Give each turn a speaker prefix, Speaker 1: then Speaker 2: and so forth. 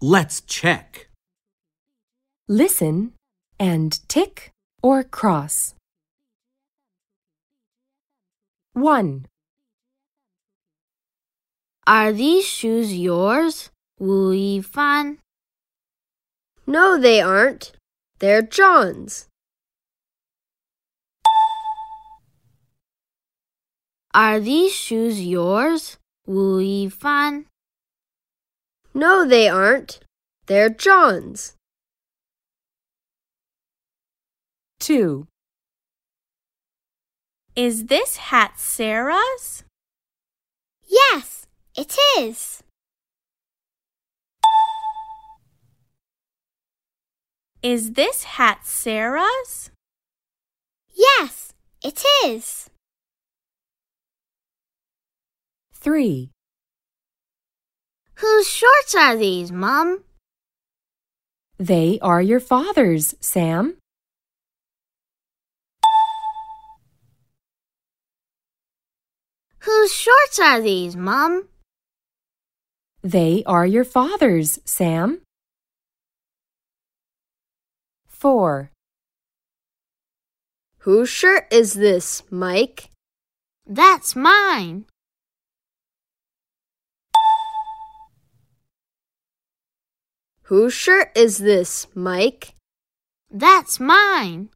Speaker 1: Let's check.
Speaker 2: Listen and tick or cross. 1.
Speaker 3: Are these shoes yours, Wu Yifan?
Speaker 4: No, they aren't. They're John's.
Speaker 3: Are these shoes yours, Wu Yifan?
Speaker 4: No, they aren't. They're John's.
Speaker 2: 2.
Speaker 5: Is this hat Sarah's?
Speaker 6: Yes, it is.
Speaker 5: Is this hat Sarah's?
Speaker 6: Yes, it is.
Speaker 2: 3.
Speaker 3: Whose shorts are these, Mum?
Speaker 2: They are your father's, Sam.
Speaker 3: Whose shorts are these, Mum?
Speaker 2: They are your father's, Sam. 4.
Speaker 4: Whose shirt is this, Mike?
Speaker 3: That's mine.
Speaker 4: Whose shirt is this, Mike?
Speaker 3: That's mine.